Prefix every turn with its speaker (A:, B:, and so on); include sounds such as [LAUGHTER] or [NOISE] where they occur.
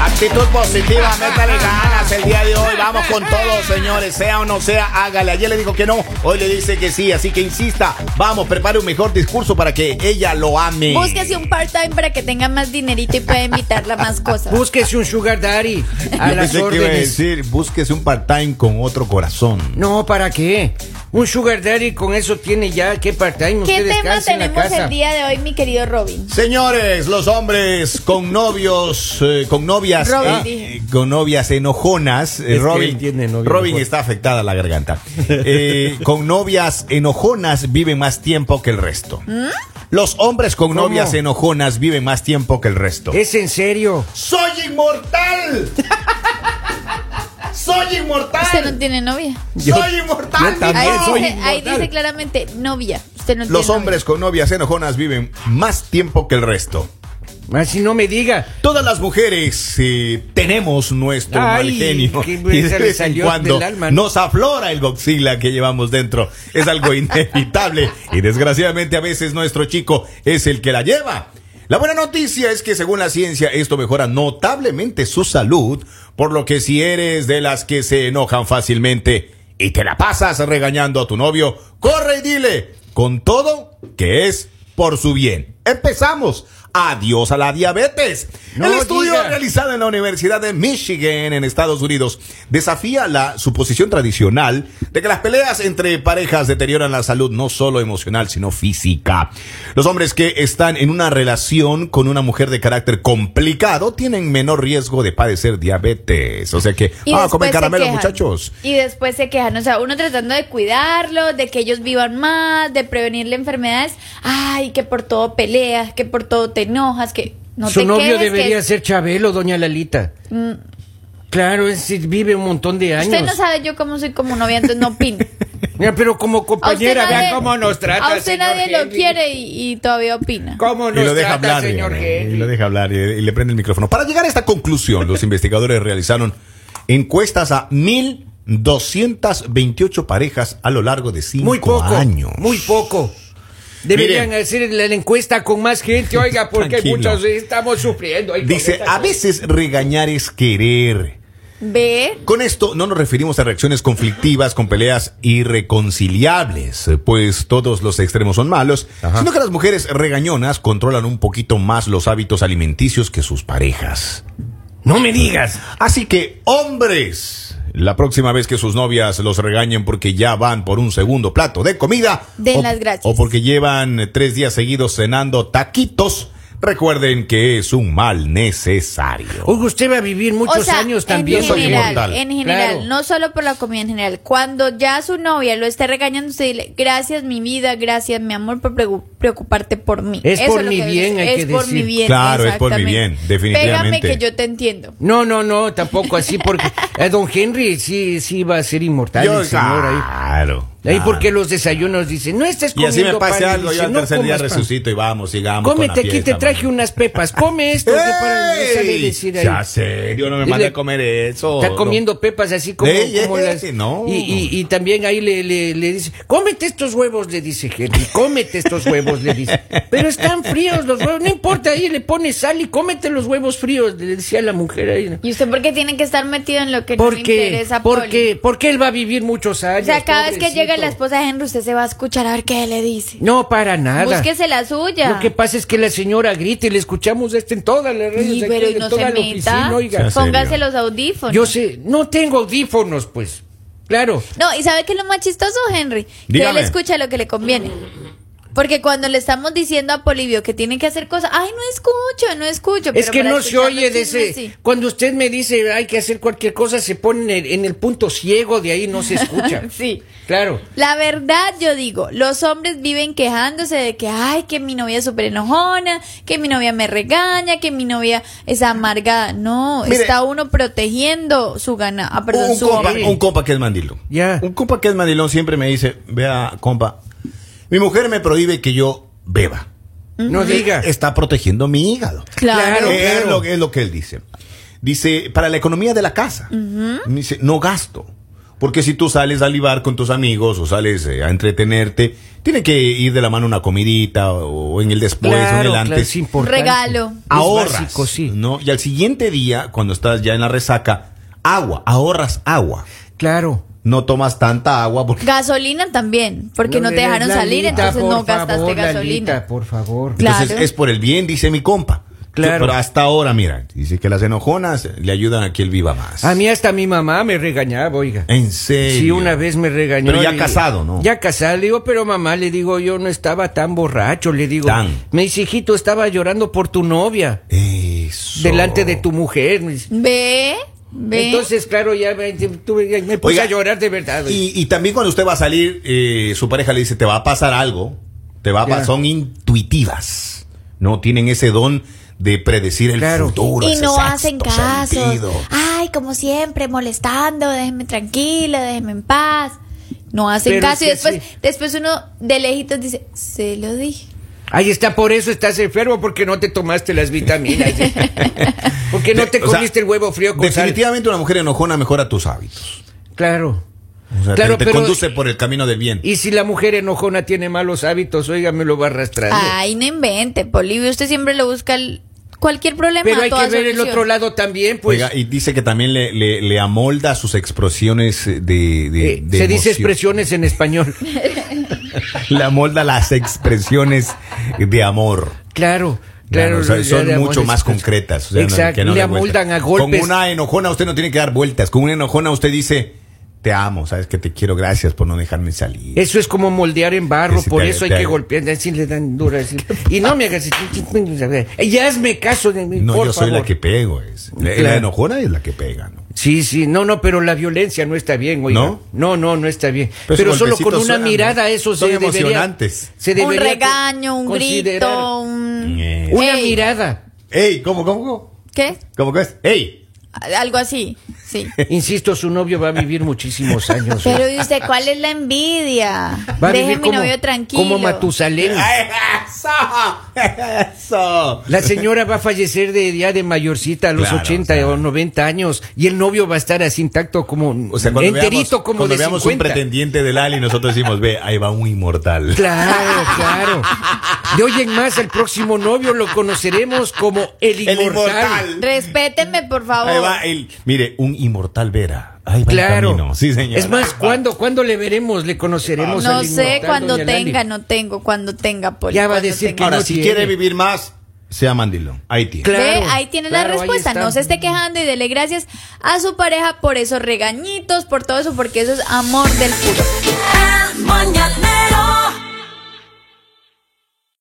A: actitud positiva, métale ganas el día de hoy. Vamos con todo, señores, sea o no sea, hágale. Ayer le dijo que no, hoy le dice que sí, así que insista. Vamos, prepare un mejor discurso para que ella lo ame.
B: Búsquese un part-time para que tenga más dinerito y pueda invitarla a
C: [LAUGHS]
B: más cosas.
C: Búsquese un
A: [LAUGHS]
C: sugar daddy a
A: Yo
C: las
A: pensé que iba a
C: órdenes.
A: decir, búsquese un part-time con otro corazón.
C: No, ¿para qué? Un sugar daddy con eso tiene ya que part-time
B: ¿Qué
C: usted
B: tema
C: descansa en la
B: tenemos
C: casa.
B: el día de hoy, mi querido Robin?
A: Señores, los hombres con novios, eh, con novias,
B: Robin,
A: eh,
B: dije.
A: eh, con novias enojonas. eh,
C: Es que
A: Robin,
C: él tiene novia
A: Robin
C: enojona.
A: está afectada la garganta. Eh, con novias enojonas vive más tiempo que el resto.
B: ¿Mm?
A: Los hombres con
C: ¿Cómo?
A: novias enojonas viven más tiempo que el resto.
C: ¿Es en serio?
A: ¡Soy
B: [LAUGHS]
A: inmortal! ¡Soy
B: Usted no
A: inmortal!
B: tiene novia.
C: Yo-
A: ¡Soy inmortal!
C: yo
A: mi
C: también
A: novio!
B: ahí,
C: soy
B: dice, ahí
C: inmortal.
B: dice claramente novia. Usted no
A: Los
B: tiene
A: hombres con novias enojonas viven más tiempo que el resto.
C: Así no me diga.
A: Todas las mujeres eh, tenemos nuestro
C: Ay,
A: mal genio [LAUGHS]
C: qué
A: y
C: buena
A: de
C: le
A: vez en
C: salió
A: cuando
C: del alma, ¿no?
A: nos aflora el goxila que llevamos dentro. Es algo [LAUGHS] inevitable y desgraciadamente a veces nuestro chico es el que la lleva. La buena noticia es que según la ciencia esto mejora notablemente su salud, por lo que si eres de las que se enojan fácilmente y te la pasas regañando a tu novio, corre y dile, con todo que es por su bien. Empezamos. Adiós a la diabetes.
C: No
A: el estudio
C: diga.
A: realizado en la Universidad de Michigan en Estados Unidos desafía la suposición tradicional de que las peleas entre parejas deterioran la salud no solo emocional, sino física. Los hombres que están en una relación con una mujer de carácter complicado tienen menor riesgo de padecer diabetes. O sea que,
B: Y
A: ah,
B: después
A: comen
B: se
A: caramelos,
B: quejan.
A: muchachos.
B: Y después se quejan, o sea, uno tratando de cuidarlos, de que ellos vivan más, de prevenirle enfermedades. Ay, que por todo peleas, que por todo te enojas, que no
C: Su
B: te
C: novio
B: quejes, que- Mm.
C: debería ser Chabelo, doña Lalita. Claro, es, vive un montón de años.
B: Usted no sabe yo cómo soy como novia, entonces no opino.
C: [LAUGHS] Mira, pero como
B: A usted
C: compañera, vean
B: nadie-
C: cómo nos trata.
B: A usted
C: señor
B: nadie lo
C: Henry.
B: quiere y, y todavía opina.
C: ¿Cómo nos
A: y lo deja
C: trata,
A: hablar,
C: señor
A: digamos,
C: Henry?
A: y lo deja hablar y, y le prende el micrófono. Para llegar a esta conclusión,
C: [LAUGHS]
A: los investigadores realizaron encuestas a 1.228 parejas a lo largo de cinco
C: Muy poco.
A: años.
C: Muy poco. Deberían
A: Miren.
C: hacer la, la encuesta con más gente, oiga, porque
A: Tranquilo.
C: muchos estamos sufriendo. ay, con
A: Dice, "Ah,
C: esta
A: a veces regañar es querer.
B: Ve,
A: Con esto no nos referimos a reacciones conflictivas con peleas irreconciliables, pues todos los extremos son malos, sino que las mujeres regañonas controlan un poquito más los hábitos alimenticios que sus parejas.
C: cosa. No me digas.
A: Así que, hombres, la próxima vez que sus novias los regañen porque ya van por un segundo plato de comida
B: Den
A: o,
B: las gracias.
A: o porque llevan tres días seguidos cenando taquitos, recuerden que es un mal necesario.
C: Oiga, usted va a vivir muchos
B: o sea,
C: años también.
B: en
A: Yo soy
B: general,
A: inmortal.
B: en general,
C: Claro.
B: no solo por la comida en general. Cuando ya su novia lo esté regañando, usted dile, gracias mi vida, gracias mi amor por pregu- preocuparte por mí.
C: Es por
B: lo
C: mi
B: debe
C: bien,
B: ser.
C: hay
B: es
C: que
B: por mi
C: decir.
B: bien.
A: Claro, es por mi bien,
B: exactamente.
A: definitivamente.
B: Pégame que yo te entiendo.
C: No, no, no, tampoco así, porque eh, don Henry sí, sí va a ser inmortal,
A: Yo-
C: el señor ahí.
A: claro.
C: Ahí
A: claro.
C: porque los desayunos dicen, no estés
A: Y
C: comiendo
A: así me pase
C: pan", y
A: algo, yo
C: dice,
A: al
C: "No
A: tercer día
C: comas pan".
A: resucito y vamos, sigamos. con la
C: Cómete aquí,
A: fiesta,
C: te traje
A: vamos.
C: unas pepas, come esto. que
A: [LAUGHS]
C: para- no sabe
A: ¡Ey!
C: decir ahí.
A: Ya sé, Dios no me
C: Dile,
A: mande a comer eso.
C: Está
A: No.
C: comiendo pepas así como,
A: Ey,
C: como
A: ey,
C: las-
A: no.
C: y, y- y también ahí le, le- le dice, cómete estos huevos, le dice Henry, cómete estos huevos, le dice. Pero están fríos los huevos, no importa, ahí le pones sal y cómete los huevos fríos, le decía la mujer ahí.
B: ¿Y usted por qué tiene que estar metido en lo que no le
C: Porque,
B: interesa? Poli?
C: porque, porque él va a vivir muchos
B: O
C: años.
B: sea, cada vez que
C: pobrecito.
B: llega la esposa de Henry, usted se va a escuchar a ver qué le dice.
C: No, para nada.
B: Búsquese la suya.
C: Lo que pasa es que la señora grita y le escuchamos este en todas las redes,
B: Sí,
C: aquí,
B: pero
C: en
B: no
C: toda
B: se
C: la oficina,
B: meta.
C: oiga.
A: Ya sé.
B: Póngase
A: serio.
B: los audífonos.
C: Yo sé, no tengo audífonos, pues. Claro.
B: No, ¿y sabe qué es lo más chistoso, Henry? Que él
A: Dígame.
B: escucha lo que le conviene. Porque cuando le estamos diciendo a Polivio que tiene que hacer cosas, ay, no escucho, no [LAUGHS] escucho.
C: Es
B: pero
C: que
B: para
C: no se
B: escuchar los
C: oye de ese.
B: chismes,
C: [LAUGHS]
B: sí.
C: Cuando usted me dice hay que hacer cualquier cosa, se pone en el, en el punto ciego, de ahí no se escucha.
B: [LAUGHS] Sí.
C: Claro.
B: La verdad, yo digo, los hombres viven quejándose de que, ay, que mi novia es súper enojona, que mi novia me regaña, que mi novia es amargada. No,
A: Mire.
B: está uno protegiendo su gana, ah, perdón,
A: un
B: su
A: compa,
B: hogar.
A: un compa que es mandilón.
C: Ya.
A: Un compa que es mandilón siempre me dice, vea, compa, mi mujer me prohíbe que yo beba.
C: No diga.
A: Está protegiendo mi hígado.
B: Claro.
C: Claro.
A: Es, lo, es lo que él dice. Dice, para la economía de la casa. Me Dice, no gasto. Porque si tú sales a libar con tus amigos o sales eh, a entretenerte, tiene que ir de la mano una comidita o, o en el después o en
C: Claro,
A: el
C: claro,
A: antes.
C: es importante.
B: Regalo.
C: Es
A: ahorras,
C: básico, sí.
A: ¿no? Y al siguiente día, cuando estás ya en la resaca, agua, ahorras agua.
C: Claro.
A: No tomas tanta agua porque
B: Gasolina también, porque no, te
C: me des
B: dejaron
C: la
B: salir,
C: lita,
B: entonces
C: por
B: no gastaste
C: favor, la
B: gasolina.
C: lita, por favor.
B: Claro.
A: Entonces es por el bien, dice mi compa.
C: Claro.
A: Pero hasta ahora, mira, dice que las enojonas le ayudan a que él viva más.
C: A mí hasta mi mamá me regañaba, oiga.
A: En serio.
C: Sí, una vez me regañó.
A: Eh, Pero ya
C: le-
A: casado, ¿no?
C: Ya casado, le digo, pero mamá, le digo, yo no estaba tan borracho, le digo.
A: Tan.
C: Me dice, hijito, estaba llorando por tu novia,
A: Eso.
C: delante de tu mujer. me dice.
B: Ve, ve.
C: Entonces, claro, ya me, tuve- me puse
A: Oiga,
C: a llorar de verdad. oiga.
A: Y, y también cuando usted va a salir, eh, su pareja le dice, te va a pasar algo. Te va a
C: Ya.
A: pasar. Son intuitivas. No tienen ese don de predecir el
C: Claro.
A: futuro.
B: y
A: ese
B: no
A: sexto
B: hacen caso.
A: sentido.
B: Ay, como siempre, molestando, déjenme tranquilo, déjenme en paz. No hacen
C: Pero
B: caso y
C: es que
B: después,
C: sí.
B: después uno de lejitos dice, se lo dije.
C: Ahí está, por eso estás enfermo, porque no te tomaste
A: [LAUGHS]
C: las vitaminas. porque no te
A: O sea,
C: comiste el huevo frío con sal.
A: Definitivamente una mujer enojona mejora tus hábitos.
C: Claro.
A: O sea,
C: Claro,
A: te, te
C: pero-
A: conduce por el camino del bien.
C: Y si la mujer enojona tiene malos hábitos, oiga, me lo va arrastrando.
B: Ay, no invente, Polivio. Usted siempre lo busca el- cualquier problema.
C: pero hay que
B: toda
C: ver el
B: solución.
C: otro lado también, pues.
A: Oiga, y dice que también le, le, le amolda sus expresiones de, de-
C: Eh,
A: de
C: se dice
A: emoción.
C: expresiones
B: [LAUGHS]
C: en español.
A: Le amolda las expresiones de amor.
C: Claro,
A: Claro,
C: claro.
A: o sea,
C: ya
A: son
C: le damos
A: mucho más
C: expresión.
A: concretas. o sea, no-
C: Exacto,
A: que no
C: le
A: vueltas.
C: amoldan a golpes.
A: Con una enojona usted no tiene que dar vueltas. Con una enojona usted dice, te amo, sabes que te quiero, gracias por no dejarme salir.
C: Eso es como moldear en barro,
A: Ese
C: por
A: te-
C: eso hay
A: te-
C: que golpear, así le dan dura.
A: [LAUGHS]
C: así. Y no me hagas. así. Ya hazme caso de mí,
A: no,
C: por
A: yo soy
C: favor.
A: la que pego. Es. La, la
C: Claro.
A: enojona es la que pega. ¿no?
C: Sí, sí, no, no, pero la violencia no está bien, oiga.
A: ¿No?
C: no, no, no está bien.
A: Pero
C: Pero,
A: esos
C: solo con
A: golpecitos
C: una
A: suenan, ¿no?
C: mirada eso se
A: Son
C: debería-
A: emocionantes.
C: se
B: un
C: debería
B: regaño, un
C: considerar.
B: grito, un...
A: Eh.
C: Una
A: [LAUGHS]
B: Ey,
C: mirada.
A: ¡Ey! ¿Cómo, cómo, cómo?
B: ¿Qué?
A: ¿Cómo que es? ¡Ey!
C: [LAUGHS]
B: Algo así, sí.
C: Insisto, su novio va a vivir muchísimos años. oiga.
B: Pero dice, ¿cuál es la envidia?
C: [LAUGHS] Va a
B: Deje a
C: vivir
B: mi
C: como-
B: novio tranquilo.
C: Como Matusalén.
A: ¡Eso! [LAUGHS] ¡Eso!
C: La señora va a fallecer de ya de mayorcita a los
A: Claro,
C: 80
A: o sea.
C: o 90 años y el novio va a estar así intacto como
A: O sea, cuando
C: enterito
A: veamos,
C: como
A: cuando
C: de
A: veamos un
C: 50.
A: pretendiente del Ali, nosotros decimos, ve, ahí va un inmortal.
C: Claro, claro. De hoy en más el próximo novio lo conoceremos como el
A: El
C: inmortal.
A: inmortal.
B: Respétenme, por favor.
A: Ahí va el, mire, un inmortal vera. Ahí va el
C: Claro.
A: camino. Sí, señor.
C: Es más, ¿cuándo, ¿cuándo le veremos? Le conoceremos.
B: No
C: al
B: sé,
C: inmortal,
B: cuando
C: doña Lali?
B: tenga, no tengo, cuando tenga, Poli.
C: Ya va a
B: cuando
C: decir
B: tenga.
C: que
A: Ahora,
C: no
A: si
C: tiene.
A: quiere vivir más, sea mandilón. Ahí tiene.
C: Claro.
B: Ve, ahí tiene
C: claro,
B: la
C: ahí
B: respuesta.
C: está.
B: No se esté quejando y dele gracias a su pareja por esos regañitos, por todo eso, porque eso es amor del puro.
D: El